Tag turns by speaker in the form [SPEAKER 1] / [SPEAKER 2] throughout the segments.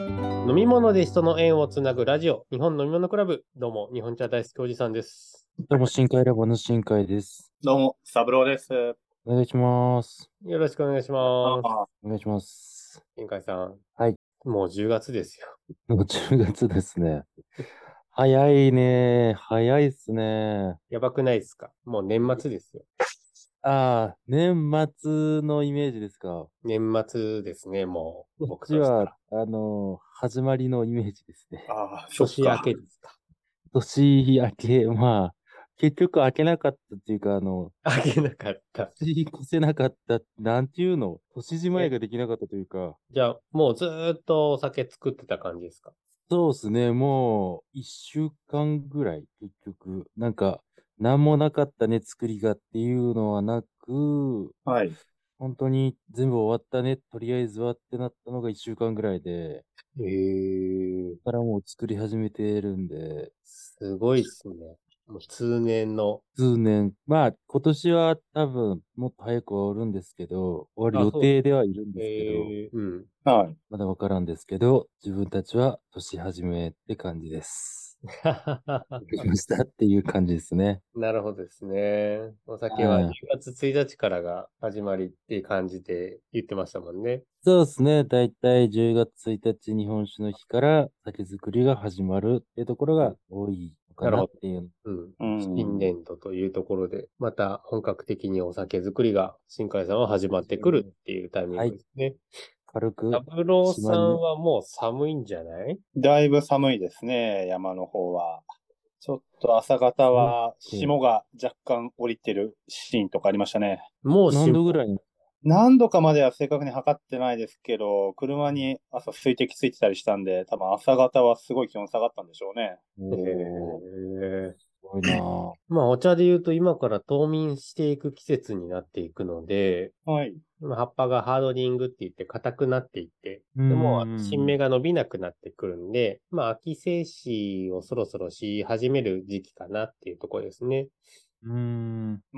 [SPEAKER 1] 飲み物で人の縁をつなぐラジオ、日本飲み物クラブ。どうも、日本茶大好きおじさんです。
[SPEAKER 2] どうも、深海ラボの深海です。
[SPEAKER 3] どうも、サブローです。
[SPEAKER 2] お願いします。
[SPEAKER 1] よろしくお願いします。
[SPEAKER 3] あ
[SPEAKER 2] お願いします。
[SPEAKER 1] 金海さん。
[SPEAKER 2] はい。
[SPEAKER 1] もう10月ですよ。
[SPEAKER 2] もう10月です ね。早いね。早いっすね。
[SPEAKER 1] やばくないですかもう年末ですよ。
[SPEAKER 2] ああ、年末のイメージですか。
[SPEAKER 1] 年末ですね、もう。
[SPEAKER 2] こ
[SPEAKER 1] 僕
[SPEAKER 2] っ
[SPEAKER 1] と
[SPEAKER 2] ち
[SPEAKER 1] した
[SPEAKER 2] は
[SPEAKER 1] ら。、
[SPEAKER 2] あの、始まりのイメージですね。
[SPEAKER 3] あ、そっ
[SPEAKER 1] 年明
[SPEAKER 3] か
[SPEAKER 1] けですか。
[SPEAKER 2] 年明け、まあ、結局明けなかったっていうか、あの、
[SPEAKER 1] 明けなかった。
[SPEAKER 2] 年越せなかった、なんていうの年じまいができなかったというか、
[SPEAKER 1] じゃあ、もうずーっとお酒作ってた感じですか
[SPEAKER 2] そうですね、もう一週間ぐらい、結局、なんか、何もなかったね、作りがっていうのはなく、
[SPEAKER 3] はい。
[SPEAKER 2] 本当に全部終わったね、とりあえずはってなったのが一週間ぐらいで、
[SPEAKER 1] えー、
[SPEAKER 2] そこからもう作り始めてるんで、
[SPEAKER 1] すごいっすね。もう通年の。
[SPEAKER 2] 数年、まあ、今年は多分、もっと早く終わるんですけど、終わ
[SPEAKER 1] あ
[SPEAKER 2] る
[SPEAKER 1] そう
[SPEAKER 2] 予定ではいるんですけど、
[SPEAKER 1] えー、うん。
[SPEAKER 3] はい。
[SPEAKER 2] まだわからんですけど、自分たちは年始めって感 じです。 できましたっていう感じですね。
[SPEAKER 1] なるほどですね。お酒は
[SPEAKER 2] うん
[SPEAKER 1] 10月1日からが始まりっていう感じで言ってましたもんね。
[SPEAKER 2] そうですね。だいたい10月1日、日本酒の日から酒造りが始まるっていうところが多いのか
[SPEAKER 1] なる
[SPEAKER 2] な
[SPEAKER 1] ほ
[SPEAKER 2] っ
[SPEAKER 1] ど
[SPEAKER 2] ていう。
[SPEAKER 1] うん。
[SPEAKER 3] うん
[SPEAKER 1] 新年度というところで、また本格的にお酒作りが新海さんは始まってくるっていうタイミングですね。
[SPEAKER 2] 軽く、
[SPEAKER 1] ラブローさんはもう寒いんじゃない
[SPEAKER 3] だいぶ寒いですね、山の方は。ちょっと朝方
[SPEAKER 2] う
[SPEAKER 3] は
[SPEAKER 2] ん
[SPEAKER 3] 霜が若干降りてるシーンとかありましたね。
[SPEAKER 1] もう
[SPEAKER 2] 何度ぐ
[SPEAKER 1] い
[SPEAKER 2] らいに
[SPEAKER 3] 何度かまでは正確に測ってないですけど、車に朝水滴ついてたりしたんで、多分朝方はすごい気温下がったんでしょうね。
[SPEAKER 2] おーすごいなぁ
[SPEAKER 1] まあお茶で言うと今から冬眠していく季節になっていくので、
[SPEAKER 3] はい。
[SPEAKER 1] まあ葉っぱがハードリングって言って硬くなっていって、
[SPEAKER 2] うん
[SPEAKER 1] でもう新芽が伸びなくなってくるんで、まあ、秋生死をそろそろし始める時期かなっていうところですね。
[SPEAKER 2] うん。
[SPEAKER 3] う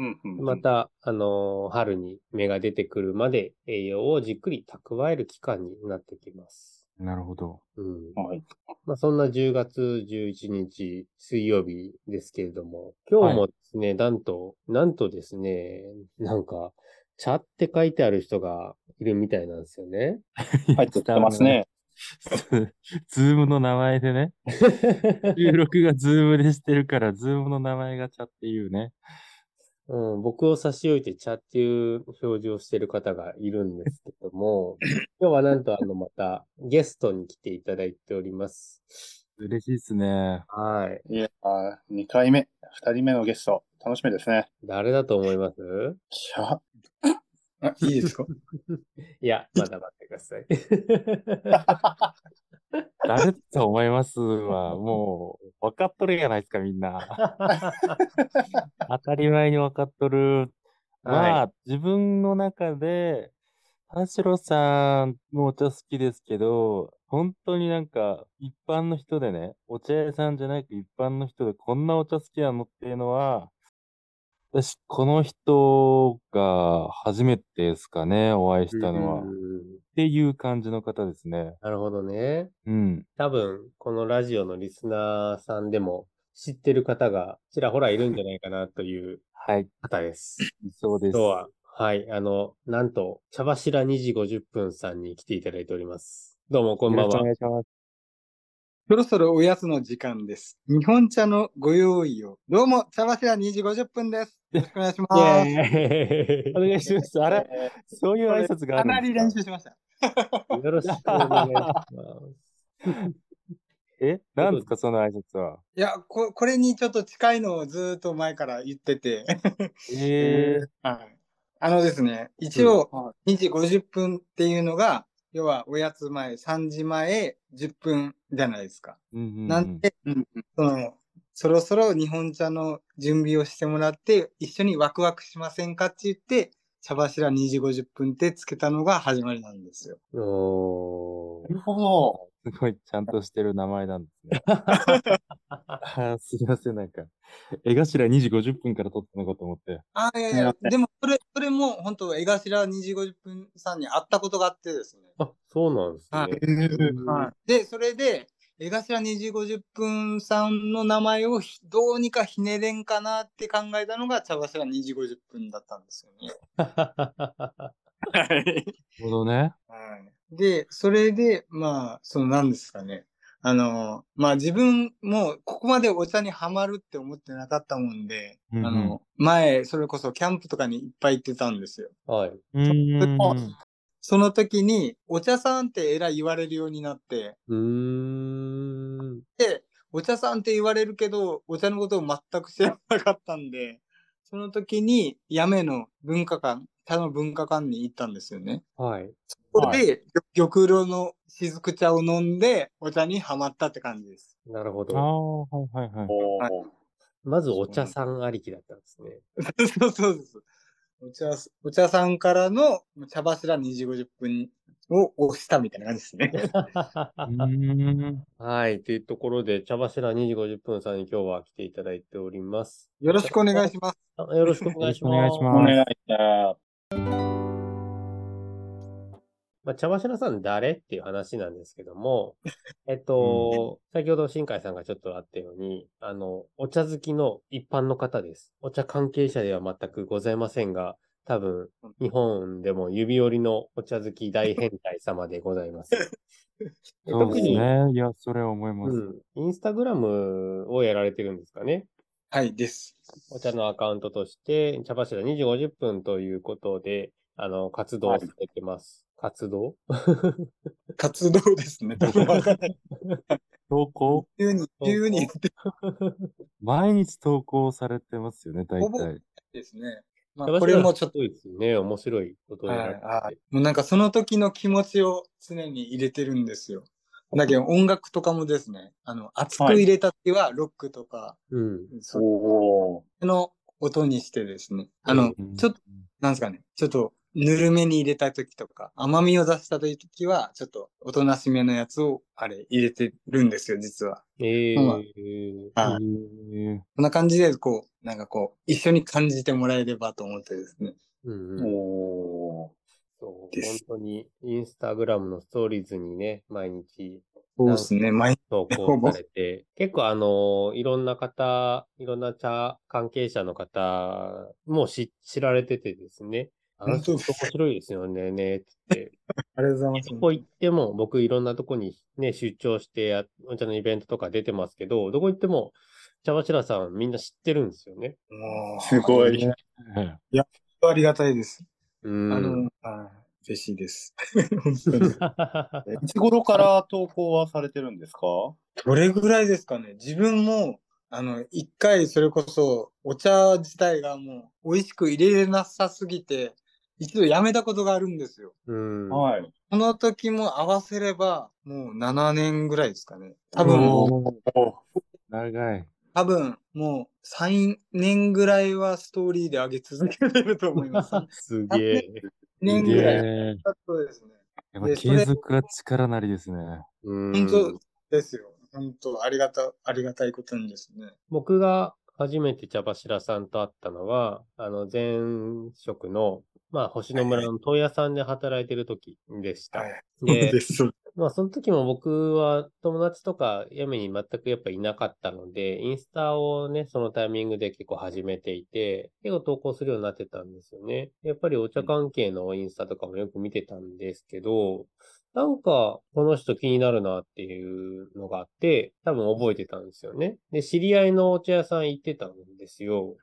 [SPEAKER 3] ん、うん。
[SPEAKER 1] また、あのー春に芽が出てくるまで栄養をじっくり蓄える期間になってきます。
[SPEAKER 2] なるほど。
[SPEAKER 1] うん。
[SPEAKER 3] はい。
[SPEAKER 1] まあ、そんな10月11日水曜日ですけれども、今日もですね、なんと、なんとですね、なんか、茶って書いてある人がいるみたいなんですよね。
[SPEAKER 3] 入ってきてますね。
[SPEAKER 2] ズ。ズームの名前で ね。収録がズームでしてるから、ズームの名前がちゃっていうね。
[SPEAKER 1] うん、僕を差し置いて茶っていう表示をしてる方がいるんですけども、今日はなんとあのまたゲストに来ていただいております。
[SPEAKER 2] 嬉しいっすね。
[SPEAKER 1] はい。
[SPEAKER 3] いやー、2回目、2人目のゲスト、楽しみですね。
[SPEAKER 1] 誰だと思います
[SPEAKER 3] いや、あいいで すか
[SPEAKER 1] いや、まだ待ってください。
[SPEAKER 2] 誰だと思いますわ。もう、分かっとるやないですか、みんな。当たり前に分かっとる。まあ、自分の中で、田代さんもお茶好きですけど、本当になんか、一般の人でね、お茶屋さんじゃなく一般の人でこんなお茶好きなのっていうのは、私、この人が初めてですかね、お会いしたのは。
[SPEAKER 1] う
[SPEAKER 2] っ
[SPEAKER 1] ん
[SPEAKER 2] ていう感じの方ですね。
[SPEAKER 1] なるほどね。
[SPEAKER 2] うん。
[SPEAKER 1] 多分、このラジオのリスナーさんでも知ってる方がちらほらいるんじゃないかなという
[SPEAKER 2] はい、
[SPEAKER 1] 方です。
[SPEAKER 2] そうです。
[SPEAKER 1] 今日は、はい、あの、なんと、茶柱2時50分さんに来ていただいております。どうも、こんば
[SPEAKER 2] よ
[SPEAKER 1] ん
[SPEAKER 2] ろしくお
[SPEAKER 1] は。
[SPEAKER 2] 願いします。
[SPEAKER 4] そろそろおやつの時間です。日本茶のご用意を。どうも、茶柱2時50分です。よろしくお願いします。
[SPEAKER 1] イ
[SPEAKER 2] お願いします。あれそういう挨拶があるんですか
[SPEAKER 4] かなり練習しました。
[SPEAKER 1] ェーイよろしくお願いします。
[SPEAKER 2] えなんですか、その挨拶は。
[SPEAKER 4] いやこ、これにちょっと近いのをずーっと前から言ってて。
[SPEAKER 2] え
[SPEAKER 4] はい、あのですね、一応2時50分っていうのが、要はおやつ前、3時前、10分じゃないですか。
[SPEAKER 2] ー、うんうんうん
[SPEAKER 4] なんで、その、そろそろ日本茶の準備をしてもらって、一緒にワクワクしませんかって言って、茶柱2時50分ってつけたのが始まりなんですよ。
[SPEAKER 1] おー
[SPEAKER 3] なるほど。
[SPEAKER 2] すごいちゃんとしてる名前なんですね。あーすいません、なんか、絵頭2時50分から撮ったのかと思って。
[SPEAKER 4] ああ、いやい
[SPEAKER 3] すい
[SPEAKER 4] や
[SPEAKER 3] ま、せん
[SPEAKER 4] でも、それ、それも、本当江頭2時50分さんに会ったことがあってですね。
[SPEAKER 1] あ、そうなんですね。
[SPEAKER 4] はい
[SPEAKER 1] は
[SPEAKER 4] で、それで、江頭2時50分さんの名前をひどうにかひねれんかなって考えたのが、茶柱2時50分だったんですよね。
[SPEAKER 3] はい。
[SPEAKER 2] なるほどね。
[SPEAKER 4] はい。で、それで、まあ、その何ですかね。あの、まあ自分もここまでお茶にはまるって思ってなかったもんで、
[SPEAKER 2] うんうん
[SPEAKER 4] あの、前、それこそキャンプとかにいっぱい行ってたんですよ。
[SPEAKER 1] はい。
[SPEAKER 2] うーん。
[SPEAKER 4] あその時に、お茶さんってえらい言われるようになって、
[SPEAKER 1] うーん。
[SPEAKER 4] で、お茶さんって言われるけど、お茶のことを全く知らなかったんで、その時に、やめの文化館、他の文化館に行ったんですよね。
[SPEAKER 1] はい。
[SPEAKER 4] ここ
[SPEAKER 3] は
[SPEAKER 4] で、玉玉露の雫茶を飲んで、お茶にはまったって感じです。
[SPEAKER 1] なるほ
[SPEAKER 2] あ
[SPEAKER 1] ど。
[SPEAKER 2] あ、はいはいはい。
[SPEAKER 3] おー
[SPEAKER 1] まずお茶さんありきだったんですね。
[SPEAKER 4] そうそうです。お茶す、お茶さんからの茶柱2時50分を押したみたいな感じで すね。
[SPEAKER 2] うーん。
[SPEAKER 1] はい。というところで、茶柱2時50分さんに今日は来ていただいております。
[SPEAKER 4] よろしくお願いします。
[SPEAKER 1] あよろしくお願いします。
[SPEAKER 2] よろしくお願いし
[SPEAKER 3] お
[SPEAKER 2] ま
[SPEAKER 3] 願いしま
[SPEAKER 1] まあ、茶柱さん誰っていう話なんですけど も、えっと、先ほど新海さんがちょっとあったように、あの、お茶好きの一般の方です。お茶関係者では全くございませんが、多分、日本でも指折りのお茶好き大変態様でござい ます。で
[SPEAKER 2] そう
[SPEAKER 1] 特
[SPEAKER 2] です
[SPEAKER 1] に、
[SPEAKER 2] ね。いや、それは思います。
[SPEAKER 1] うん、インスタグラムをやられてるんですかね。
[SPEAKER 4] はい、です。
[SPEAKER 1] お茶のアカウントとして、茶柱2時50分ということで、あの、活動されてます。活動
[SPEAKER 4] 活動で すね。多分わかんない
[SPEAKER 2] 投稿
[SPEAKER 4] 自由に、自由にやって
[SPEAKER 2] 毎日投稿されてますよね、大
[SPEAKER 4] ほぼ
[SPEAKER 2] 体。
[SPEAKER 4] ですね。まあ、
[SPEAKER 1] 茶柱
[SPEAKER 4] これもちょっ
[SPEAKER 1] すごいですね。面白いこと
[SPEAKER 4] と、
[SPEAKER 1] をや
[SPEAKER 4] は
[SPEAKER 1] ら
[SPEAKER 4] い
[SPEAKER 1] れてて
[SPEAKER 4] はいもうなんかその時の気持ちを常に入れてるんですよ。だけど音楽とかもですね、あの、熱く入れた時はロックとか、
[SPEAKER 1] うん。
[SPEAKER 3] す。
[SPEAKER 4] そ
[SPEAKER 3] おー
[SPEAKER 4] れの音にしてですね、あの、
[SPEAKER 2] うん
[SPEAKER 4] ちょっとなんですかね、ちょっとぬるめに入れた時とか、甘みを出した時は、ちょっとおとなしめのやつを、あれ、入れてるんですよ、実は。
[SPEAKER 1] ええ
[SPEAKER 4] はは
[SPEAKER 2] へえ
[SPEAKER 4] こんな感じで、こう、なんかこう、一緒に感じてもらえればと思ってですね。
[SPEAKER 1] うんうん
[SPEAKER 3] お
[SPEAKER 1] そう
[SPEAKER 4] です
[SPEAKER 1] 本当に、インスタグラムのストーリーズにね、毎日
[SPEAKER 4] そうですね、毎
[SPEAKER 1] 投稿され て、結構あの、いろんな方、いろんな茶関係者の方も知知られててですね、あの人
[SPEAKER 4] 本
[SPEAKER 1] 面
[SPEAKER 4] 当です
[SPEAKER 1] 白いですよね、ね、 って。
[SPEAKER 4] ありがとうござい
[SPEAKER 1] どこ行っても、僕いろんなとこにね、出張してや、お茶のイベントとか出てますけど、どこ行っても、茶柱さんみんな知ってるんですよね。
[SPEAKER 4] もう、
[SPEAKER 3] すごい。
[SPEAKER 4] ありがたいです。
[SPEAKER 1] う
[SPEAKER 4] あ
[SPEAKER 1] ん。
[SPEAKER 4] の、はい嬉しいです。本当に
[SPEAKER 3] ーいつ頃から投稿はされてるんですか
[SPEAKER 4] どれぐらいですかね自分も、あの、一回それこそ、お茶自体がもう、美味しく入れれなさすぎて、一度やめたことがあるんですよ。
[SPEAKER 1] うん。
[SPEAKER 3] はい。
[SPEAKER 4] この時も合わせれば、もう7年ぐらいですかね。多分もう、
[SPEAKER 2] おー
[SPEAKER 3] おー
[SPEAKER 2] 長い。
[SPEAKER 4] 多分もう3年ぐらいはストーリーで上げ続けてると思います。3
[SPEAKER 1] すげえ。
[SPEAKER 4] 年ぐらい
[SPEAKER 2] すげ
[SPEAKER 4] 経
[SPEAKER 2] え
[SPEAKER 4] そうですね。
[SPEAKER 2] やっぱ
[SPEAKER 4] でそれ
[SPEAKER 2] 継続は力なりですね。
[SPEAKER 1] うん
[SPEAKER 4] 本当ですよ。本当、ありがた、ありがたいことにですね。
[SPEAKER 1] 僕が初めて茶柱さんと会ったのは、あの、前職の、まあ、星野村の問屋さんで働いてる時でした。
[SPEAKER 4] はい
[SPEAKER 1] で
[SPEAKER 4] そう、です。
[SPEAKER 1] まあ、その時も僕は友達とか、やめに全くやっぱいなかったので、インスタをね、そのタイミングで結構始めていて、結構投稿するようになってたんですよね。やっぱりお茶関係のインスタとかもよく見てたんですけど、なんか、この人気になるなっていうのがあって、多分覚えてたんですよね。で、知り合いのお茶屋さん行ってたんですよ。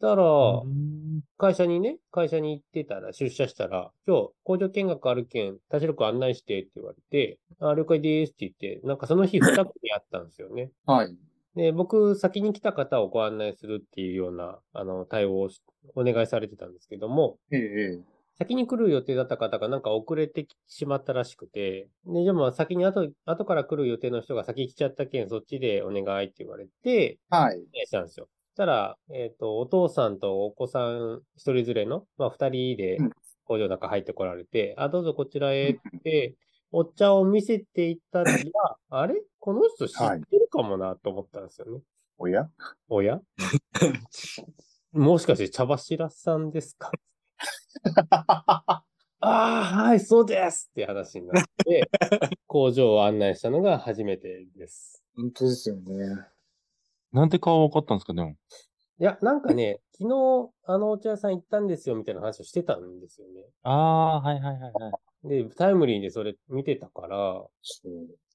[SPEAKER 1] そしたら、
[SPEAKER 2] うん
[SPEAKER 1] 会社にね、会社に行ってたら、出社したら、今日工場見学あるけん、田代君案内してって言われて、あ、了解ですって言って、なんかその日2組あったんですよね。
[SPEAKER 4] はい。
[SPEAKER 1] で、僕、先に来た方をご案内するっていうような、あの、対応をしお願いされてたんですけども、
[SPEAKER 3] ええ。
[SPEAKER 1] 先に来る予定だった方がなんか遅れてきしまったらしくて、で、じゃあまあ先に後、後から来る予定の人が先来ちゃったけん、そっちでお願いって言われて、
[SPEAKER 3] はい。
[SPEAKER 1] お願いしたんですよ。そしたら、えっ、と、お父さんとお子さん一人連れの、まあ二人で
[SPEAKER 3] うん
[SPEAKER 1] 工場の中入ってこられて、あ、どうぞこちらへって、お茶を見せていったら、あれこの人知ってるかもなと思ったんですよね。
[SPEAKER 3] おや
[SPEAKER 1] お やもしかして茶柱さんですかああ、はい、そうですって話になって、工場を案内したのが初めてです。
[SPEAKER 4] 本当ですよね。
[SPEAKER 2] なんで顔分かったんですか、でも。
[SPEAKER 1] いや、なんかね、昨日、あのお茶屋さん行ったんですよ、みたいな話をしてたんですよね。
[SPEAKER 2] ああー、はいはいはいはい。
[SPEAKER 1] で、タイムリーでそれ見てたから、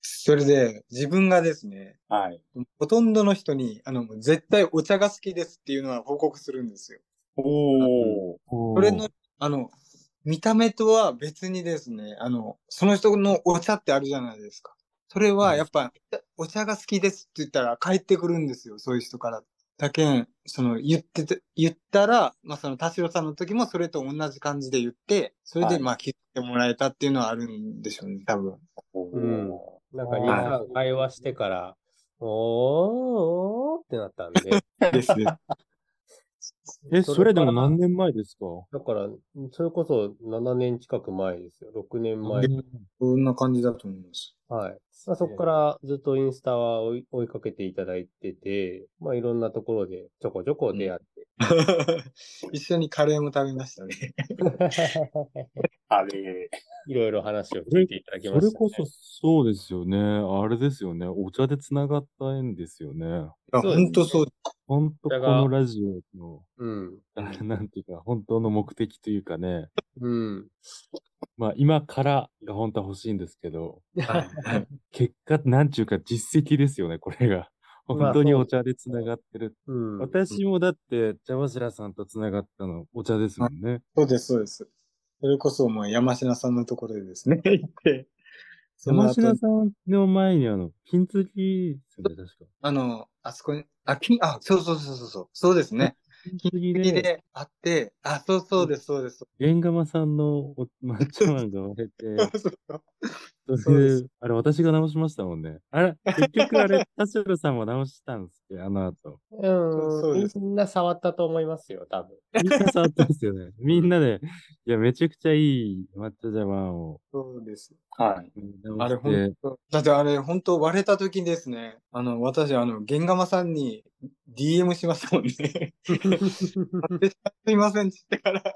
[SPEAKER 4] それで、自分がですね、
[SPEAKER 3] はい。
[SPEAKER 4] ほとんどの人に、あの、もう絶対お茶が好きですっていうのは報告するんですよ。
[SPEAKER 3] おお。
[SPEAKER 2] そ
[SPEAKER 4] それの、あの、見た目とは別にですね、あの、その人のお茶ってあるじゃないですか。それはやっぱ、お茶が好きですって言ったら帰ってくるんですよ、そういう人から。だけん、その言ってて、言ったら、まあその田代さんの時もそれと同じ感じで言って、それ
[SPEAKER 3] は
[SPEAKER 4] で
[SPEAKER 3] い
[SPEAKER 4] まあ聞いてもらえたっていうのはあるんでしょうね、多分。
[SPEAKER 1] うんなんか
[SPEAKER 2] あー
[SPEAKER 1] 2、3会話してから、おーおーってなったんで、
[SPEAKER 4] です ね。
[SPEAKER 2] え、それでも
[SPEAKER 1] なん
[SPEAKER 2] 何年前ですか
[SPEAKER 1] だから、それこそ7年近く前ですよ。6年前。
[SPEAKER 4] こんな感じだと思い ます。
[SPEAKER 1] はい。まあ、そこからずっとインスタは追い追いかけていただいてて、まあいろんなところでちょこちょこ出会って。
[SPEAKER 4] 一緒にカレーも食べ ましたね。
[SPEAKER 3] あれ。
[SPEAKER 1] いろいろ話を聞いていただき
[SPEAKER 2] そ
[SPEAKER 1] ま
[SPEAKER 2] れ
[SPEAKER 1] した、
[SPEAKER 2] こそそうですよね。あれですよね。お茶で繋がった縁ですよね。
[SPEAKER 4] いや
[SPEAKER 1] そうですね
[SPEAKER 4] 本当そう。
[SPEAKER 2] ほんとこ
[SPEAKER 1] お茶が
[SPEAKER 2] のラジオの、
[SPEAKER 1] うん。
[SPEAKER 2] あれなんていうか、本当の目的というかね。
[SPEAKER 1] うん。
[SPEAKER 2] まあ今からが本当は欲しいんですけど、
[SPEAKER 4] はい
[SPEAKER 2] 結果なんちゅうか実績ですよね、これが。
[SPEAKER 1] まあ
[SPEAKER 2] 本当にお茶で繋がってる。
[SPEAKER 1] うん。
[SPEAKER 2] 私もだって茶柱さんと繋がったのお茶ですもんね。
[SPEAKER 4] そうです、そうです。それこそ、まあ、山科さんのところでです ね、行って、その
[SPEAKER 2] 山
[SPEAKER 4] 後
[SPEAKER 2] 科、さんの前にあの、金継ぎですよね、確か。
[SPEAKER 4] あの、あそこに、あ、金、あ、そうそうそうそうそう、そうですね。
[SPEAKER 2] 金継ぎ
[SPEAKER 4] 次
[SPEAKER 2] で、
[SPEAKER 4] で会って、あ、そうそうです、そ うです。
[SPEAKER 2] ゲンガマさんのおマッチョマンが割れて、
[SPEAKER 4] そうそう
[SPEAKER 2] そ
[SPEAKER 4] そう
[SPEAKER 2] れ
[SPEAKER 4] で
[SPEAKER 2] で、あれ私が直しましたもんね。あれ、結局あれ、田代さんも直したんですけど、あの後。
[SPEAKER 1] うん
[SPEAKER 4] そうです
[SPEAKER 1] みんな触ったと思いますよ、多分。
[SPEAKER 2] みんな触ったんですよね。みんなで、いや、めちゃくちゃいい抹茶ジャマンを
[SPEAKER 4] そうです。
[SPEAKER 3] はい。
[SPEAKER 2] うん
[SPEAKER 4] あれ、
[SPEAKER 2] 直
[SPEAKER 4] ほ
[SPEAKER 2] して
[SPEAKER 4] ん、と、だってあれ、本当割れた時ですね、あの、私、あの、ゲンガマさんに DM しましたもんね。すいません、つって から。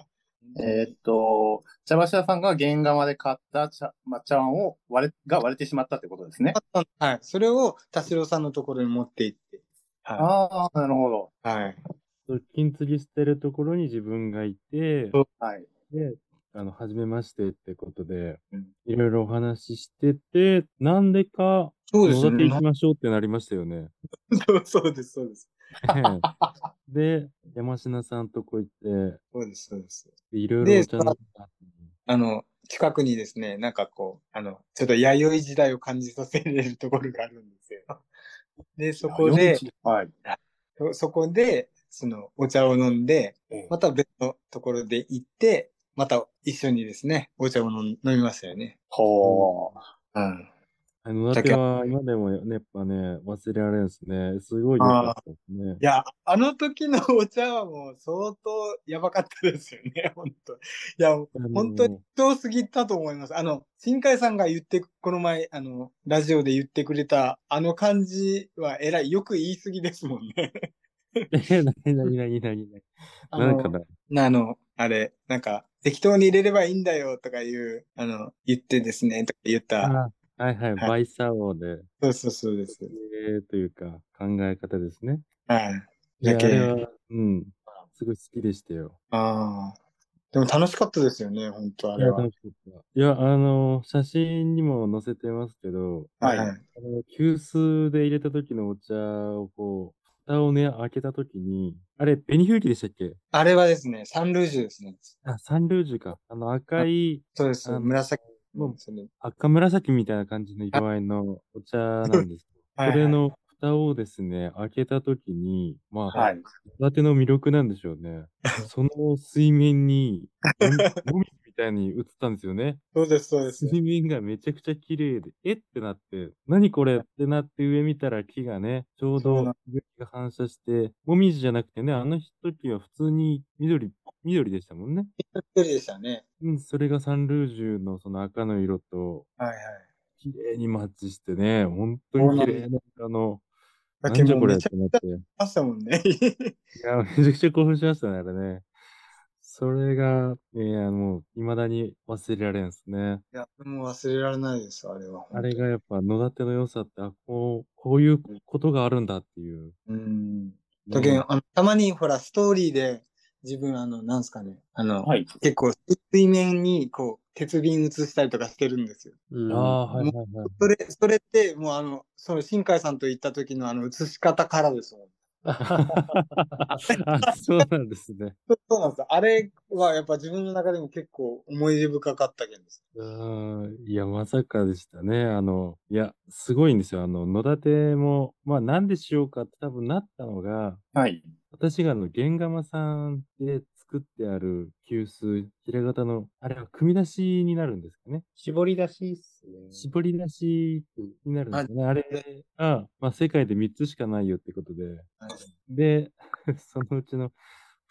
[SPEAKER 3] えーっと、茶柱さんが原釜で買った茶抹茶碗を割れ、が割れてしまったってことですね。
[SPEAKER 4] はい。それを、田代さんのところに持って行って。は
[SPEAKER 3] ああ、なるほど。
[SPEAKER 4] い。はい。
[SPEAKER 2] そう金継ぎしてるところに自分がいて、
[SPEAKER 3] はい。
[SPEAKER 2] で、あの、はじめましてってことで
[SPEAKER 3] うん、
[SPEAKER 2] いろいろお話ししてて、なんでか、
[SPEAKER 4] そうです
[SPEAKER 2] 野
[SPEAKER 4] よ
[SPEAKER 2] 立行
[SPEAKER 4] ね
[SPEAKER 2] き。ましょうってなりましたよ ね。
[SPEAKER 4] そうそうです、そうです。
[SPEAKER 2] で、山科さんとこ行って、
[SPEAKER 4] そうです、そうです。
[SPEAKER 2] でいろい
[SPEAKER 4] で
[SPEAKER 2] ろお茶飲んだ後に
[SPEAKER 4] あの、近くにですね、なんかこう、あの、ちょっと弥生時代を感じさせれるところがあるんですよ。で、そこで、
[SPEAKER 3] はい。
[SPEAKER 4] そそこで、その、お茶を飲んで、また別のところで行って、また一緒にですね、お茶を飲ん飲みましたよね。
[SPEAKER 3] ほう。
[SPEAKER 4] うん。
[SPEAKER 2] あの、だ
[SPEAKER 4] だ
[SPEAKER 2] て
[SPEAKER 4] け
[SPEAKER 2] は今でもね、やっぱね、忘れられんですね。すごい良かったですね
[SPEAKER 4] い。や、あの時のお茶はもう相当やばかったですよね、本当いや、本当に遠すぎたと思います。あの、新海さんが言って、この前、あの、ラジオで言ってくれた、あの感じは偉い、よく言い過ぎですもんね。
[SPEAKER 2] え、なになになになに
[SPEAKER 4] あ
[SPEAKER 2] な
[SPEAKER 4] の
[SPEAKER 2] んかな。
[SPEAKER 4] なあの、あれ、なんか、適当に入れればいいんだよとかいう、あの、言ってですね、とか言った。
[SPEAKER 2] あはいはい、
[SPEAKER 4] はい
[SPEAKER 2] 倍作法で、
[SPEAKER 4] そうそうそうです。
[SPEAKER 2] えーというか、考え方ですね。
[SPEAKER 4] はい。
[SPEAKER 2] いや
[SPEAKER 4] だ
[SPEAKER 2] あれ
[SPEAKER 4] け、
[SPEAKER 2] は、うん、すごい好きでしたよ。
[SPEAKER 4] ああ。でも楽しかったですよね、本当あ
[SPEAKER 2] い
[SPEAKER 4] れ
[SPEAKER 2] や、
[SPEAKER 4] は。
[SPEAKER 2] 楽しかった。いや、あの、写真にも載せてますけど、
[SPEAKER 3] はい
[SPEAKER 2] あの急須で入れた時のお茶をこう、蓋をね、開けた時に、あれ、紅風紀でしたっけ
[SPEAKER 4] あれはですね、サンルージュですね。
[SPEAKER 2] あ、サンルージュか。あの赤い、
[SPEAKER 4] そうです
[SPEAKER 2] あ。の
[SPEAKER 4] 紫
[SPEAKER 2] もう
[SPEAKER 4] の、それ
[SPEAKER 2] 赤紫みたいな感じの色合いのお茶なんですけど。
[SPEAKER 4] はいはい
[SPEAKER 2] それの蓋をですね、開けたときに、まあ、
[SPEAKER 3] はい。
[SPEAKER 2] ホタテの魅力なんでしょうね。その水面に、飲み水みみたいに映ったんですよね。
[SPEAKER 4] そうです、そうです。
[SPEAKER 2] 水面がめちゃくちゃ綺麗で、えってなって、何これってなって上見たら木がね、ちょう
[SPEAKER 4] そうな
[SPEAKER 2] ど夕日が反射して、もみじじゃなくてね、あの時は普通に緑、緑でしたもんね。
[SPEAKER 4] 一人でしたね。
[SPEAKER 2] うん、それがサンルージュのその赤の色と、
[SPEAKER 4] はいはい。
[SPEAKER 2] 綺麗にマッチしてね、本当に綺麗な、あの、
[SPEAKER 4] だ
[SPEAKER 2] な
[SPEAKER 4] け
[SPEAKER 2] んじ
[SPEAKER 4] ど
[SPEAKER 2] ゃこ
[SPEAKER 4] もう
[SPEAKER 2] れ
[SPEAKER 4] め
[SPEAKER 2] っ
[SPEAKER 4] ちゃ
[SPEAKER 2] て
[SPEAKER 4] くち
[SPEAKER 2] な
[SPEAKER 4] ゃ
[SPEAKER 2] って。
[SPEAKER 4] あったもんね。
[SPEAKER 2] いや、めちゃくちゃ興奮しましたね、あれね。それが、いや、もう、未だに忘れられんですね。
[SPEAKER 4] いや、もう忘れられないです、あれは。
[SPEAKER 2] あれがやっぱ、野立の良さって、あ、こう、こういうことがあるんだっていう。
[SPEAKER 4] うん。
[SPEAKER 2] ね
[SPEAKER 4] だけどあのたまにほら、ストーリーで、自分、あの、なんすかね、あの、
[SPEAKER 3] はい。
[SPEAKER 4] 結構、水面に、こう、鉄瓶映したりとかしてるんですよ。
[SPEAKER 1] うん
[SPEAKER 2] ああ、はいはいはい。
[SPEAKER 4] それ、それって、もう、あの、その、新海さんと行った時の、あの、映し方からですもん。
[SPEAKER 2] あ、そうなんですね。
[SPEAKER 4] そうそうなんです。あれは、やっぱ自分の中でも結構、思い出深かったけんです。
[SPEAKER 2] うんいや、まさかでしたね。あの、いや、すごいんですよ。あの、野立も、まあ、なんでしようかって多分なったのが、
[SPEAKER 3] はい。
[SPEAKER 2] 私があの、玄釜さんで作ってある急須、平型の、あれは組み出しになるんですかね。
[SPEAKER 1] 絞り出しっすね。
[SPEAKER 2] 絞り出しになるんですかね。あれが、まあ、世界で3つしかないよってことで。
[SPEAKER 4] はい
[SPEAKER 2] で、 そのうちの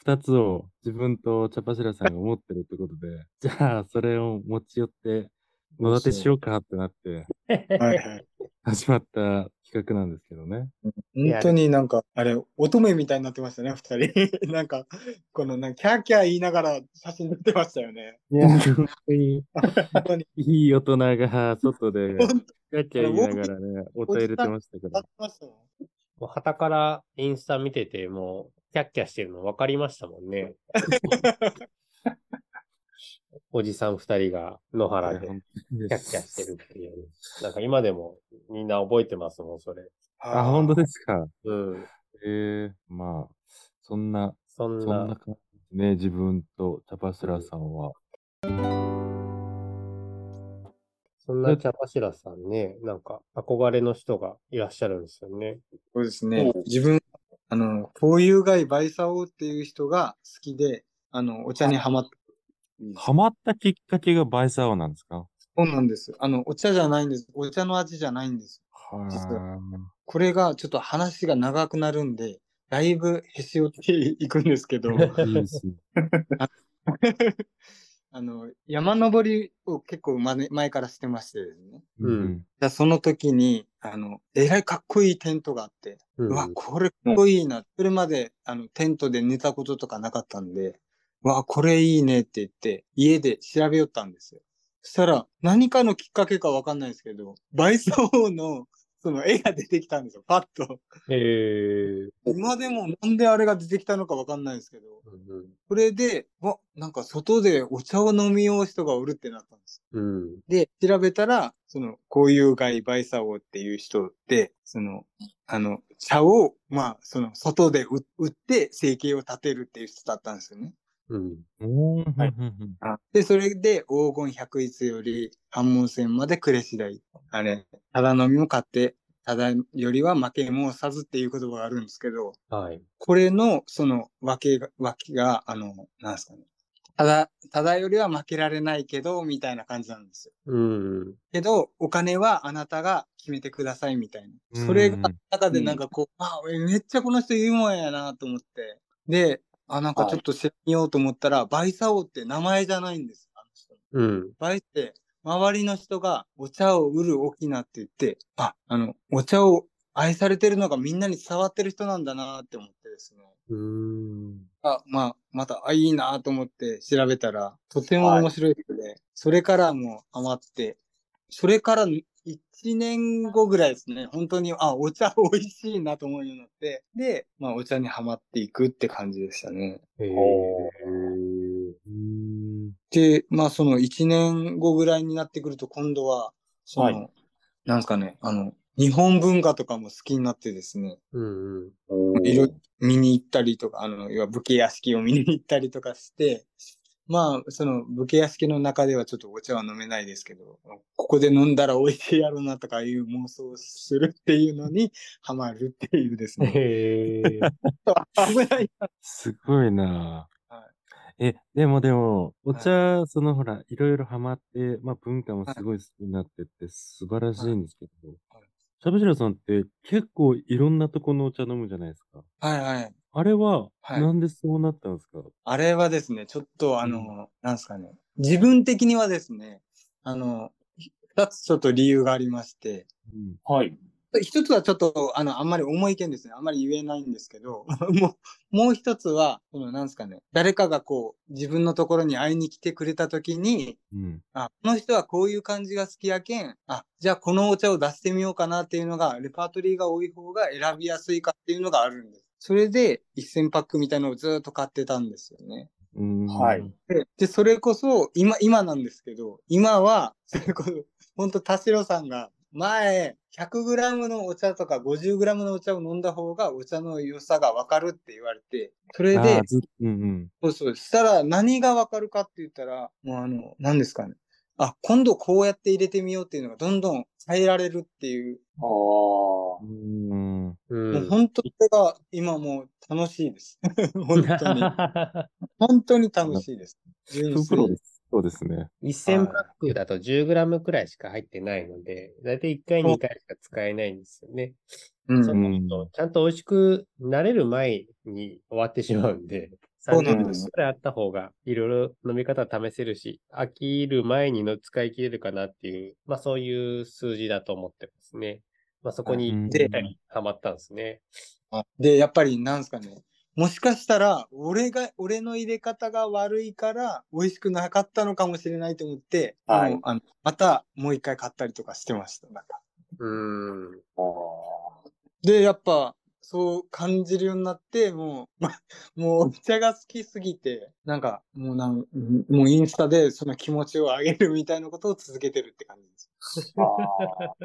[SPEAKER 2] 2つを自分と茶柱さんが持ってるってことで、 じゃあ、それを持ち寄って、野立てしようかってなって、
[SPEAKER 4] はいはい。
[SPEAKER 2] 始まった企画なんですけどね。
[SPEAKER 4] 本当になんか、あれ、乙女みたいになってましたね、二 人。なんか、この、なんか、キャーキャー言いながら写真撮ってましたよね。
[SPEAKER 2] い や、本当に
[SPEAKER 4] 本当に。
[SPEAKER 2] いい大人が外で、
[SPEAKER 4] 本当に
[SPEAKER 2] キャッキャ言いながらね、お茶入れてましたけど
[SPEAKER 4] なって。ましたもん。
[SPEAKER 1] もう旗からインスタ見てて、もう、キャッキャしてるの分かりましたもん ね。おじさん二人が野原で、キャッキャしてるっていう。なんか今でもみんな覚えてますもん、それ。
[SPEAKER 2] あ、本当ですか。
[SPEAKER 1] うん。
[SPEAKER 2] ええまあ、そんな、
[SPEAKER 1] そん
[SPEAKER 2] そ
[SPEAKER 1] な。
[SPEAKER 2] んな感じですね、自分とタパスラさんは。
[SPEAKER 1] そんな茶柱さんね、なんか憧れの人がいらっしゃるんですよね。
[SPEAKER 4] そうですね
[SPEAKER 3] おう。
[SPEAKER 4] 自分、あの、交友外バイサオっていう人が好きで、あの、お茶にハマった。
[SPEAKER 2] ハマったきっかけがバイサオなんですか
[SPEAKER 4] そうなんです。あの、お茶じゃないんです。お茶の味じゃないんです。実
[SPEAKER 2] は
[SPEAKER 4] これがちょっと話が長くなるんで、だいぶへし折っていくんですけ ど、
[SPEAKER 2] い。いいですね。
[SPEAKER 4] あの、山登りを結構まね前からしてましてですね。
[SPEAKER 1] うん
[SPEAKER 4] じゃあその時に、あの、えらいかっこいいテントがあって、
[SPEAKER 1] う
[SPEAKER 4] うわ、これかっこいいな。それまで、あの、テントで寝たこととかなかったんで、うわ、これいいねって言って、家で調べよったんですよ。そしたら、何かのきっかけかわかんないですけど、バイソーの、その絵が出てきたんですよ、パッと。
[SPEAKER 1] えー
[SPEAKER 4] 今でもなんであれが出てきたのかわかんないですけど、それで、わ、なんか外でお茶を飲みよう人がおるってなったんです。
[SPEAKER 1] うんうん。
[SPEAKER 4] で、調べたら、その、交友外バイサオっていう人で、その、あの、茶を、まあ、その、外で売売って生計を立てるっていう人だったんですよね。
[SPEAKER 1] うん。
[SPEAKER 2] おー
[SPEAKER 3] はい
[SPEAKER 2] ふんふんふん
[SPEAKER 4] で、それで、黄金百一より、半門戦まで暮れ次第。あれ、ただ飲みも買って、ただよりは負けもさずっていう言葉があるんですけど、
[SPEAKER 1] はい。
[SPEAKER 4] これの、その、わけが、わけが、あの、なんですかね。ただ、ただよりは負けられないけど、みたいな感じなんですよ。
[SPEAKER 1] うん。
[SPEAKER 4] けど、お金はあなたが決めてください、みたいな。それ
[SPEAKER 2] う
[SPEAKER 4] が
[SPEAKER 2] ん、
[SPEAKER 4] 中でなんかこう、あ、めっちゃこの人言うもんやなと思って。で、あ、なんかちょっと調べようと思ったら、バイサオって名前じゃないんです。あの人
[SPEAKER 1] うん。
[SPEAKER 4] バイって、周りの人がお茶を売る沖縄って言って、あ、あの、お茶を愛されてるのがみんなに伝わってる人なんだなって思ってですね。
[SPEAKER 1] うん。
[SPEAKER 4] あ、まあ、また、あ、いいなと思って調べたら、とても面白い人で、それからもうハマって、それから1年後ぐらいですね、本当に、あ、お茶美味しいなと思うようになって、で、まあ、お茶にはまっていくって感じでしたね。
[SPEAKER 1] えー
[SPEAKER 3] お
[SPEAKER 2] うん
[SPEAKER 4] で、まあ、その1年後ぐらいになってくると、今度は、その、
[SPEAKER 3] はい
[SPEAKER 4] なんですかね、あの、日本文化とかも好きになってですね、
[SPEAKER 1] うんうん。
[SPEAKER 4] いろいろ見に行ったりとか、あの、要は武家屋敷を見に行ったりとかして、まあ、その武家屋敷の中ではちょっとお茶は飲めないですけど、ここで飲んだら置いてやろうなとかいう妄想をするっていうのにハマるって いうですね。
[SPEAKER 1] えー
[SPEAKER 4] 危ない。
[SPEAKER 2] すごいな
[SPEAKER 4] は
[SPEAKER 2] ぁえ、でもでも、お茶、そのほら、いろいろハマって、まあ文化もすごい好きになってって素晴らしいんですけど
[SPEAKER 4] はい、
[SPEAKER 2] しゃぶしろさんって結構いろんなとこのお茶飲むじゃないですか。
[SPEAKER 4] はいはい。
[SPEAKER 2] あれは、
[SPEAKER 4] はい
[SPEAKER 2] なんでそうなったんですか
[SPEAKER 4] あれはですね、ちょっとあの、なんですかね、自分的にはですね、あの、二つちょっと理由がありまして、
[SPEAKER 2] うん
[SPEAKER 3] はい。
[SPEAKER 4] 一つはちょっと、あの、あんまり重い意見ですね。あんまり言えないんですけど、 もう、もう一つは、その、なんですかね、誰かがこう、自分のところに会いに来てくれたときに、
[SPEAKER 2] うん。
[SPEAKER 4] あ、この人はこういう感じが好きやけん、あ、じゃあこのお茶を出してみようかなっていうのが、レパートリーが多い方が選びやすいかっていうのがあるんです。それで、1000パックみたいなのをずっと買ってたんですよね。
[SPEAKER 2] うん。
[SPEAKER 3] はい。
[SPEAKER 4] で、でそれこそ、今、今なんですけど、今は、それこそ、ほんと、田代さんが、前、100g のお茶とか 50g のお茶を飲んだ方が、お茶の良さがわかるって言われて、それ
[SPEAKER 2] あ
[SPEAKER 4] で
[SPEAKER 2] ー、ずうんうん。
[SPEAKER 4] そうそう、したら何がわかるかって言ったら、もうあの、何ですかね。あ、今度こうやって入れてみようっていうのが、どんどん変えられるっていう、
[SPEAKER 3] ああ。
[SPEAKER 2] うん。
[SPEAKER 1] う。
[SPEAKER 4] もうん本当、それが今もう楽しいです。 本 当 に。本当に楽しいです。純
[SPEAKER 2] プロです。そうですね。。
[SPEAKER 1] 1000パックだと 10g くらいしか入ってないので、だいたい1回、2回しか使えないんですよね。
[SPEAKER 4] うん
[SPEAKER 1] そううんちゃんと美味しくなれる前に終わってしまうんで、
[SPEAKER 4] そう
[SPEAKER 3] なんです
[SPEAKER 1] 30くらいあった方が、いろいろ飲み方試せるし、飽きる前にの使い切れるかなっていう、まあそういう数字だと思ってますね。まあそこ
[SPEAKER 4] う
[SPEAKER 1] に、
[SPEAKER 4] で
[SPEAKER 1] ハマったんですね。
[SPEAKER 4] で、やっぱりなんすかね。もしかしたら、俺が、俺の入れ方が悪いから、美味しくなかったのかもしれないと思って、
[SPEAKER 3] はい
[SPEAKER 4] もうあのまた、もう一回買ったりとかしてました。なんか
[SPEAKER 1] うん。
[SPEAKER 3] あ
[SPEAKER 4] で、やっぱ、そう感じるようになって、もう、 ま、もうお茶が好きすぎて、なんか、もうなん、もうインスタでその気持ちを上げるみたいなことを続けてるって感じです。
[SPEAKER 3] ー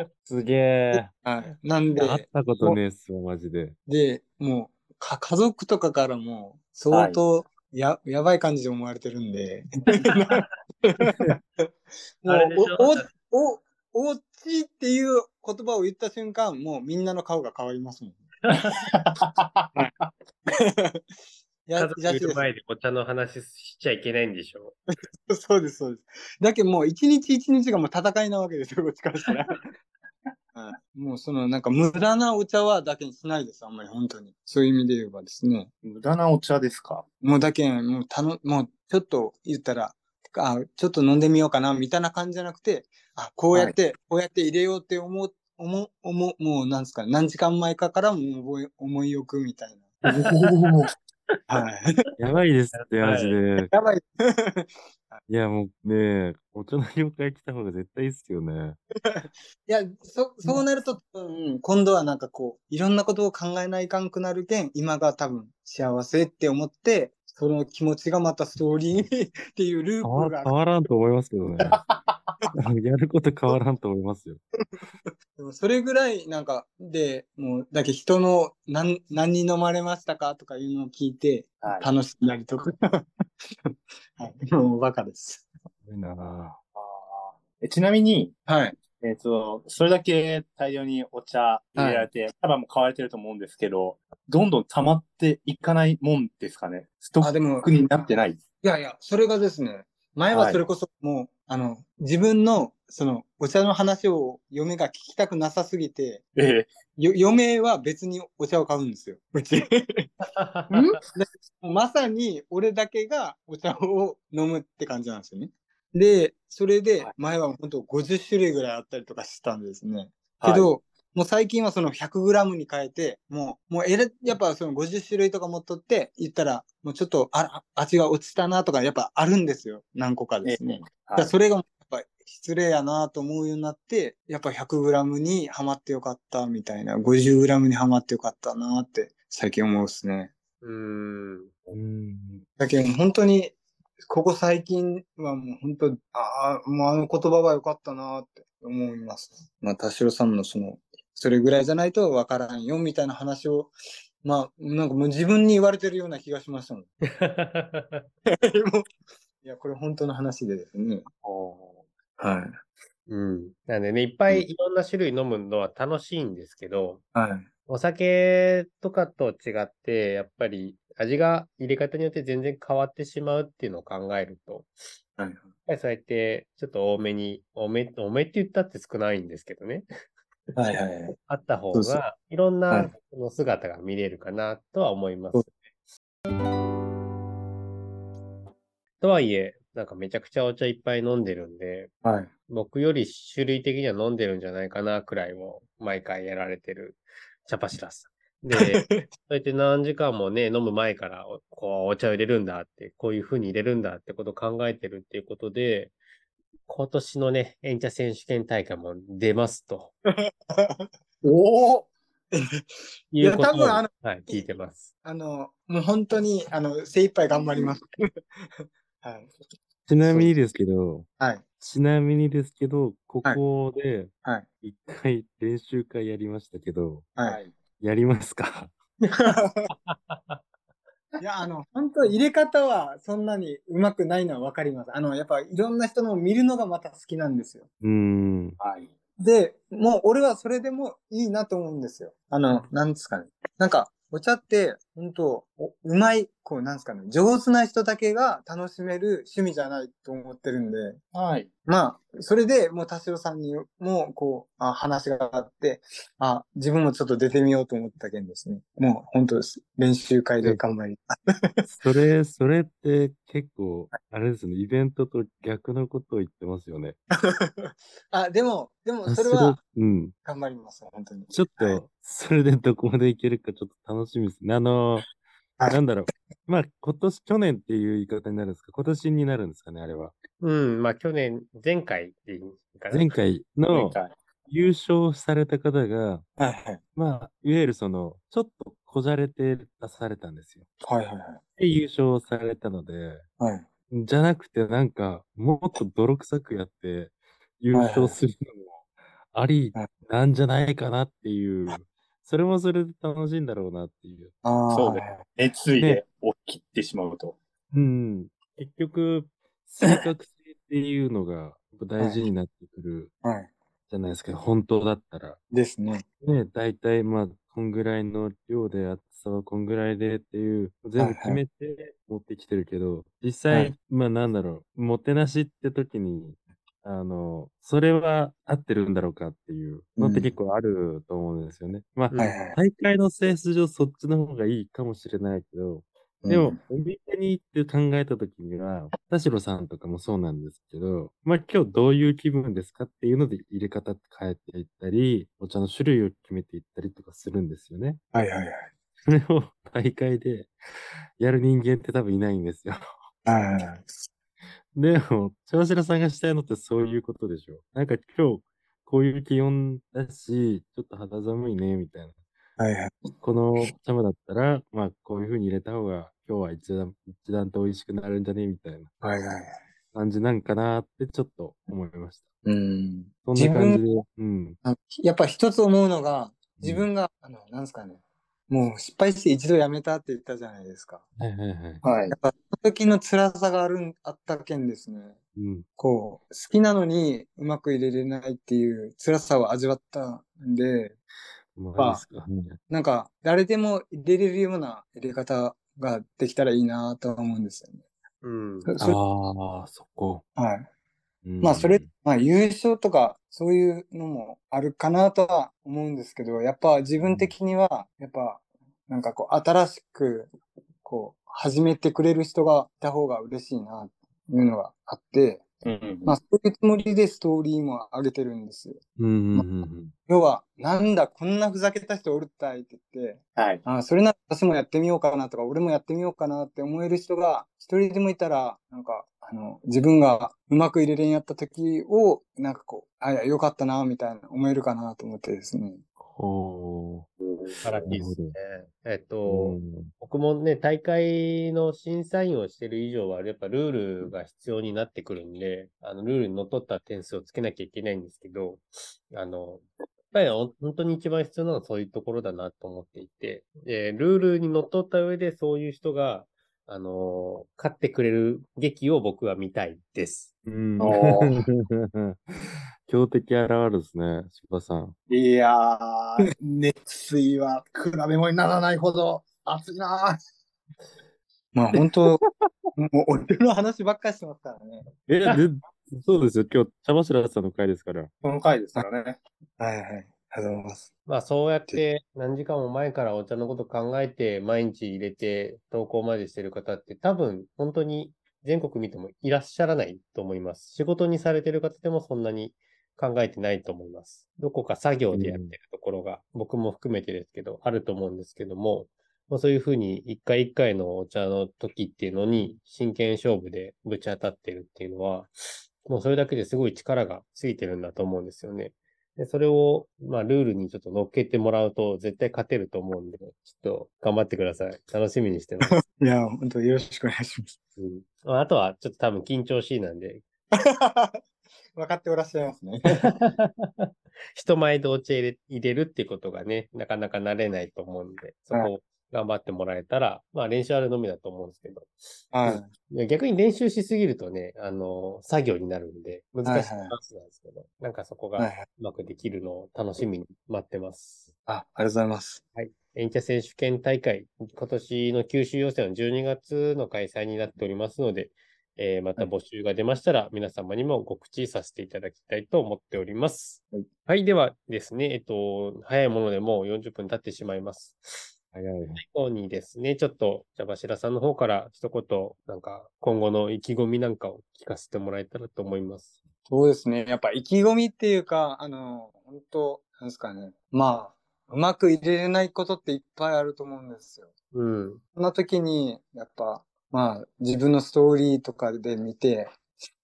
[SPEAKER 3] あ
[SPEAKER 2] すげえ。
[SPEAKER 4] はい。なんで、
[SPEAKER 2] 会ったことねえっすよ、マジ で。
[SPEAKER 4] で、もう、か、家族とかからも、相当や、やばい感じで思われてるんで。 も
[SPEAKER 1] あれでし
[SPEAKER 4] う
[SPEAKER 1] ょ、
[SPEAKER 4] お、お、お、おっちっていう言葉を言った瞬間、もうみんなの顔が変わりますもん。
[SPEAKER 1] 家
[SPEAKER 4] や、
[SPEAKER 1] 族
[SPEAKER 4] や
[SPEAKER 1] い
[SPEAKER 4] しで
[SPEAKER 1] る前でお茶の話しちゃいけないんでしょ
[SPEAKER 4] す。 そうです、そうです。だけどもう一日一日がもう戦いなわけですよ、こっちからし たら。はいもうそのなんか無駄なお茶はだけにしないです、あんまり本当に。そういう意味で言えばですね。
[SPEAKER 3] ー 無駄なお茶ですか
[SPEAKER 4] もうだけん、もうたの、もうちょっと言ったら、あ、ちょっと飲んでみようかな、みたいな感じじゃなくて、あ、こうやって、こうやって入れようって思う、思う、思う、もうなんですか、何時間前かからもう思い、思いよくみたい
[SPEAKER 3] おー
[SPEAKER 4] な。はい。
[SPEAKER 2] やばいですって、マジで。
[SPEAKER 4] やばい。
[SPEAKER 2] いや、もうね、大人の業界来た方が絶対いいっすよね。
[SPEAKER 4] いや、そ、そうなると、うん、今度はなんかこう、いろんなことを考えないかんくなるけん、今が多分幸せって思って、その気持ちがまたストーリーに っていうル
[SPEAKER 2] 変
[SPEAKER 4] ー
[SPEAKER 2] わ
[SPEAKER 4] プが
[SPEAKER 2] 変わらんと思いますけ どね。やること変わらんと思いますよ。
[SPEAKER 4] でもそれぐらい、なんか、で、もう、だけ人の何、何に飲まれましたかとかいうのを聞いて、
[SPEAKER 3] はい
[SPEAKER 4] 楽しんだりと か。はい、もうバカです。
[SPEAKER 2] すごいなあ
[SPEAKER 3] あーえちなみに、
[SPEAKER 4] はい。
[SPEAKER 3] えっ、と、それだけ大量にお茶入れられて、多分もう買われてると思うんですけど、どんどん溜まっていかないもんですかねスト
[SPEAKER 4] あ、
[SPEAKER 3] ッ
[SPEAKER 4] でも、
[SPEAKER 3] クになってない
[SPEAKER 4] いやいや、それがですね、前
[SPEAKER 3] は
[SPEAKER 4] はいそれこそもう、あの、自分の、その、お茶の話を嫁が聞きたくなさすぎて、
[SPEAKER 3] ええ
[SPEAKER 4] よ嫁は別にお茶を買うんですよ、うち。
[SPEAKER 1] う。
[SPEAKER 4] もう まさに俺だけがお茶を飲むって感じなんですよね。で、それで
[SPEAKER 3] はい
[SPEAKER 4] 前は本当50種類ぐらいあったりとかしてたんですね。
[SPEAKER 3] は
[SPEAKER 4] け
[SPEAKER 3] い
[SPEAKER 4] ど、もう最近はその 100g に変えて、もう、もうえらやっぱその50種類とか持っとって、言ったら、もうちょっとあら味が落ちたなとか、やっぱあるんですよ。何個かですね。
[SPEAKER 3] は
[SPEAKER 4] だか
[SPEAKER 3] い
[SPEAKER 4] らそれがやっぱ失礼やなと思うようになって、やっぱ 100g にはまってよかったみたいな、50g にはまってよかったなって最近思うですね。
[SPEAKER 1] うん。
[SPEAKER 2] うん。
[SPEAKER 4] だけど、本当に、ここ最近はもう本当、ああ、もうあの言葉は良かったなって思います。まあ、田代さんのその、それぐらいじゃないとわからんよみたいな話を、まあ、なんかもう自分に言われてるような気がしましたもん。もういや、これ本当の話でですね。はい。
[SPEAKER 1] うん。なんでね、いっぱ
[SPEAKER 4] うん
[SPEAKER 1] いいろんな種類飲むのは楽しいんですけど、
[SPEAKER 4] はい。
[SPEAKER 1] お酒とかと違って、やっぱり味が入れ方によって全然変わってしまうっていうのを考えると、
[SPEAKER 3] はい
[SPEAKER 1] や
[SPEAKER 3] はい
[SPEAKER 1] っぱりそうやってちょっと多めに、多め、多めって言ったって少ないんですけどね。
[SPEAKER 3] はいはいはい。
[SPEAKER 1] あった方
[SPEAKER 3] そうそう
[SPEAKER 1] が、いろんな
[SPEAKER 3] は
[SPEAKER 1] いその姿が見れるかなとは思います、
[SPEAKER 3] そ
[SPEAKER 1] ね
[SPEAKER 3] う
[SPEAKER 1] とはいえ、なんかめちゃくちゃお茶いっぱい飲んでるんで、
[SPEAKER 3] はい。
[SPEAKER 1] 僕より種類的には飲んでるんじゃないかなくらいを毎回やられてる茶柱さん。 で、そうやって何時間もね、飲む前からおこうお茶を入れるんだって、こういう風に入れるんだってことを考えてるっていうことで、今年のね、演茶選手権大会も出ますと
[SPEAKER 3] おお
[SPEAKER 1] いうことを
[SPEAKER 4] いや多分あの
[SPEAKER 1] はい、聞いてます。
[SPEAKER 4] あの、もう本当に、あの、精一杯頑張ります。 はい。
[SPEAKER 2] ちなみにですけど、
[SPEAKER 4] はい。
[SPEAKER 2] ちなみにですけど、ここで
[SPEAKER 4] はいは、
[SPEAKER 2] 一回練習会やりましたけど、
[SPEAKER 4] はい。
[SPEAKER 2] やりますか
[SPEAKER 4] いや、あの、本当入れ方はそんなにうまくないのはわかります。あの、やっぱいろんな人のを見るのがまた好きなんですよ。
[SPEAKER 2] うーん。
[SPEAKER 3] はい。
[SPEAKER 4] で、もう俺はそれでもいいなと思うんですよ。あの、なんですかね。なんか、お茶って、本当おうまい、こう、なんですかね。上手な人だけが楽しめる趣味じゃないと思ってるんで。
[SPEAKER 3] はい。
[SPEAKER 4] まあ、それでもう田代さんにも、こう、あ話があって、あ、自分もちょっと出てみようと思った件ですね。もう、本当です。練習会で頑張り。
[SPEAKER 2] それ、それって結構、あれですね、イベントと逆のことを言ってますよね。
[SPEAKER 4] あ、でも、でも、それ
[SPEAKER 2] あ
[SPEAKER 4] は、
[SPEAKER 2] うん。
[SPEAKER 4] 頑張ります、本当に。
[SPEAKER 2] ちょっ
[SPEAKER 4] はい
[SPEAKER 2] と、それでどこまでいけるかちょっと楽しみですね。あの
[SPEAKER 4] はい
[SPEAKER 2] なんだろう。まあ、今年、去年っていう言い方になるんですか今年になるんですかね、あれは。
[SPEAKER 1] うん、まあ去年、前回っていうかな
[SPEAKER 2] 前回
[SPEAKER 3] 前
[SPEAKER 2] の
[SPEAKER 3] 回。
[SPEAKER 2] 優勝された方が、
[SPEAKER 4] はいはい。
[SPEAKER 2] まあ、いわゆるその、ちょっとこじゃれて出されたんですよ。
[SPEAKER 4] はいはい
[SPEAKER 2] で、優勝されたので、
[SPEAKER 4] はい。はい。
[SPEAKER 2] じゃなくてなんか、もっと泥臭くやって、優勝するのもあり
[SPEAKER 4] はい
[SPEAKER 2] なんじゃないかなっていう、それもそれで楽しいんだろうなっていう。
[SPEAKER 4] ああ。
[SPEAKER 3] そうです。熱意で起きてしまうと。
[SPEAKER 2] うん。結局、正確性っていうのが大事になってくる
[SPEAKER 4] はい。
[SPEAKER 2] じゃないですか、本当だったら。
[SPEAKER 4] ですね。
[SPEAKER 2] ね、大体まあ、こんぐらいの量で、厚さはこんぐらいでっていう、全部決めて持ってきてるけど、実際、
[SPEAKER 4] はい
[SPEAKER 2] まあなんだろう、もてなしって時に、あの、それは合ってるんだろうかっていうのって
[SPEAKER 4] うん
[SPEAKER 2] 結構あると思うんですよね。まあ、
[SPEAKER 1] うん
[SPEAKER 4] はいはい。
[SPEAKER 2] 大会の性質上そっちの方がいいかもしれないけど、で
[SPEAKER 4] う
[SPEAKER 2] も
[SPEAKER 4] ん、
[SPEAKER 2] お店に行って考えたときには、田代さんとかもそうなんですけど、まあ今日どういう気分ですかっていうので入れ方って変えていったり、お茶の種類を決めていったりとかするんですよね。
[SPEAKER 4] はいはいはい。
[SPEAKER 2] それを大会でやる人間って多分いないんですよ。
[SPEAKER 4] はいはい
[SPEAKER 2] でも、田代さんがしたいのってそういうことでしょ。なんか今日こういう気温だし、ちょっと肌寒いね、みたいな。
[SPEAKER 4] はいはい。
[SPEAKER 2] この茶葉だったら、まあ、こういう風に入れた方が、今日は一段、一段と美味しくなるんじゃねみたいな
[SPEAKER 4] はいはいはい。
[SPEAKER 2] 感じなんかなって、ちょっと思いました。
[SPEAKER 4] うん。
[SPEAKER 2] そん
[SPEAKER 4] 自
[SPEAKER 2] な
[SPEAKER 4] 分
[SPEAKER 2] 感じで、うん。
[SPEAKER 4] あやっぱ一つ思うのが、自分が、あの、なんですかね。もう失敗して一度やめたって言ったじゃないですか。
[SPEAKER 2] はいはいはい。
[SPEAKER 3] はい
[SPEAKER 4] や。っぱ、その時の辛さがあるん、あった件ですね。
[SPEAKER 2] うん。
[SPEAKER 4] こう、好きなのにうまく入れれないっていう辛さを味わったんで、
[SPEAKER 2] まあ、いいですか。うん
[SPEAKER 4] なんか、誰でも入れれるような入れ方ができたらいいなとは思うんですよね。
[SPEAKER 1] うん。
[SPEAKER 4] それ
[SPEAKER 2] ああ、そこ。
[SPEAKER 4] はい。
[SPEAKER 2] うん
[SPEAKER 4] まあ、それ、まあ、優勝とか、そういうのもあるかなとは思うんですけど、やっぱ自分的には、やっぱ、なんかこう、新しく、こう、始めてくれる人がいた方が嬉しいな、っていうのがあって、
[SPEAKER 3] うんうん
[SPEAKER 4] まあ、そういうつもりでストーリーも上げてるんですよ。
[SPEAKER 2] うんうんうんうん。
[SPEAKER 4] 要は、なんだ、こんなふざけた人おるったいって言って、
[SPEAKER 3] はい。
[SPEAKER 4] あそれなら私もやってみようかなとか、俺もやってみようかなって思える人が一人でもいたら、なんか、あの、自分がうまく入れれんやった時を、なんかこう、あ、いや、よかったな、みたいな思えるかなと思ってですね。
[SPEAKER 2] ほ
[SPEAKER 1] 素晴らしいですね。えっ
[SPEAKER 2] う。
[SPEAKER 1] と、
[SPEAKER 2] うん
[SPEAKER 1] 僕もね、大会の審査員をしてる以上は、やっぱルールが必要になってくるんで、あの、ルールにのっとった点数をつけなきゃいけないんですけど、あの、やっぱりほん本当に一番必要なのはそういうところだなと思っていて、で、ルールにのっとった上でそういう人が、あの、勝 ってくれる劇を僕は見たいです。
[SPEAKER 2] うん
[SPEAKER 3] お
[SPEAKER 2] い強敵現るですね、芝さん。
[SPEAKER 4] いやー、熱意は比べ物にならないほど熱いなー。まあ本当、もう俺の話ばっかりしてますからね。
[SPEAKER 2] え、で、そうですよ。今日、茶柱さんの回ですから。
[SPEAKER 3] この回ですからね。
[SPEAKER 4] はいはい。ありがとうございます。
[SPEAKER 1] まあそうやって何時間も前からお茶のこと考えて毎日入れて投稿までしてる方って多分本当に全国見てもいらっしゃらないと思います。仕事にされてる方でもそんなに考えてないと思います。どこか作業でやってるところが、僕も含めてですけど、あると思うんですけども、まあ、そういうふうに一回一回のお茶の時っていうのに真剣勝負でぶち当たってるっていうのは、もうそれだけですごい力がついてるんだと思うんですよね。で、それを、まあ、ルールにちょっと乗っけてもらうと、絶対勝てると思うんで、ちょっと頑張ってください。楽しみにして ます。
[SPEAKER 4] いや、本当よろしくお願いします。
[SPEAKER 1] うんまあ、あとは、ちょっと多分緊張しいなんで、
[SPEAKER 4] 分かっておらっしゃいますね。
[SPEAKER 1] 人前でお茶入れ入れるっていうことがね、なかなか慣れないと思うんで、そこを頑張ってもらえたら、まあ練習あるのみだと思うんですけど、
[SPEAKER 4] はい。
[SPEAKER 1] いや逆に練習しすぎるとね、あの、作業になるんで、難しい
[SPEAKER 4] はいはい
[SPEAKER 1] 話なんですけど、なんかそこ
[SPEAKER 4] はいは
[SPEAKER 1] が
[SPEAKER 4] い。
[SPEAKER 1] うまくできるのを楽しみに待ってます。
[SPEAKER 4] あ、ありがとうございます。
[SPEAKER 1] 演者選手権大会、今年の九州予選は12月の開催になっておりますので、えーまた募集が出ましたら、皆様にも告知させていただきたいと思っております。
[SPEAKER 4] はい、
[SPEAKER 1] ではですね、えっと、早いものでもう40分経ってしまいます。
[SPEAKER 2] 早い。
[SPEAKER 1] 最後にですね、ちょっと、じゃあ、柱さんの方から一言、なんか、今後の意気込みなんかを聞かせてもらえたらと思います。
[SPEAKER 4] そうですね。やっぱ意気込みっていうか、あの、本当なんですかね。まあ、うまく入れれないことっていっぱいあると思うんですよ。
[SPEAKER 1] うん。
[SPEAKER 4] そんな時に、やっぱ、まあ、自分のストーリーとかで見て、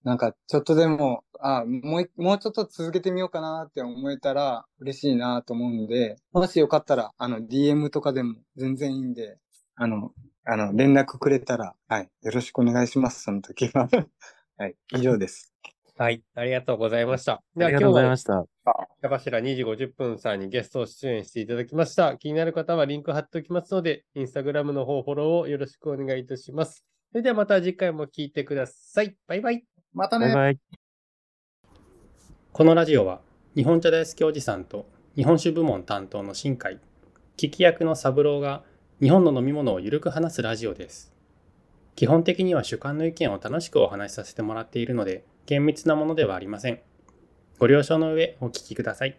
[SPEAKER 4] なんか、ちょっとでも、あもうい、もうちょっと続けてみようかなって思えたら嬉しいなと思うんで、もしよかったら、あの、DM とかでも全然いいんで、あの、あの、連絡くれたら、はい、よろしくお願いします、その時は。 はい、以上です。
[SPEAKER 1] はい。ありがとうございました。で
[SPEAKER 2] あ
[SPEAKER 1] は
[SPEAKER 2] りがとうござい
[SPEAKER 1] 今日は
[SPEAKER 2] ました。
[SPEAKER 1] 茶柱2時50分さんにゲストを出演していただきました。気になる方はリンク貼っておきますので、インスタグラムの方フォローをよろしくお願いいたします。それではまた次回も聞いてください。バイバイ。
[SPEAKER 4] また
[SPEAKER 2] バイバイ。
[SPEAKER 5] このラジオは日本茶大好きおじさんと日本酒部門担当の新海聞き役の三郎が日本の飲み物をゆるく話すラジオです基本的には主観の意見を楽しくお話しさせてもらっているので厳密なものではありませんご了承の上お聞きください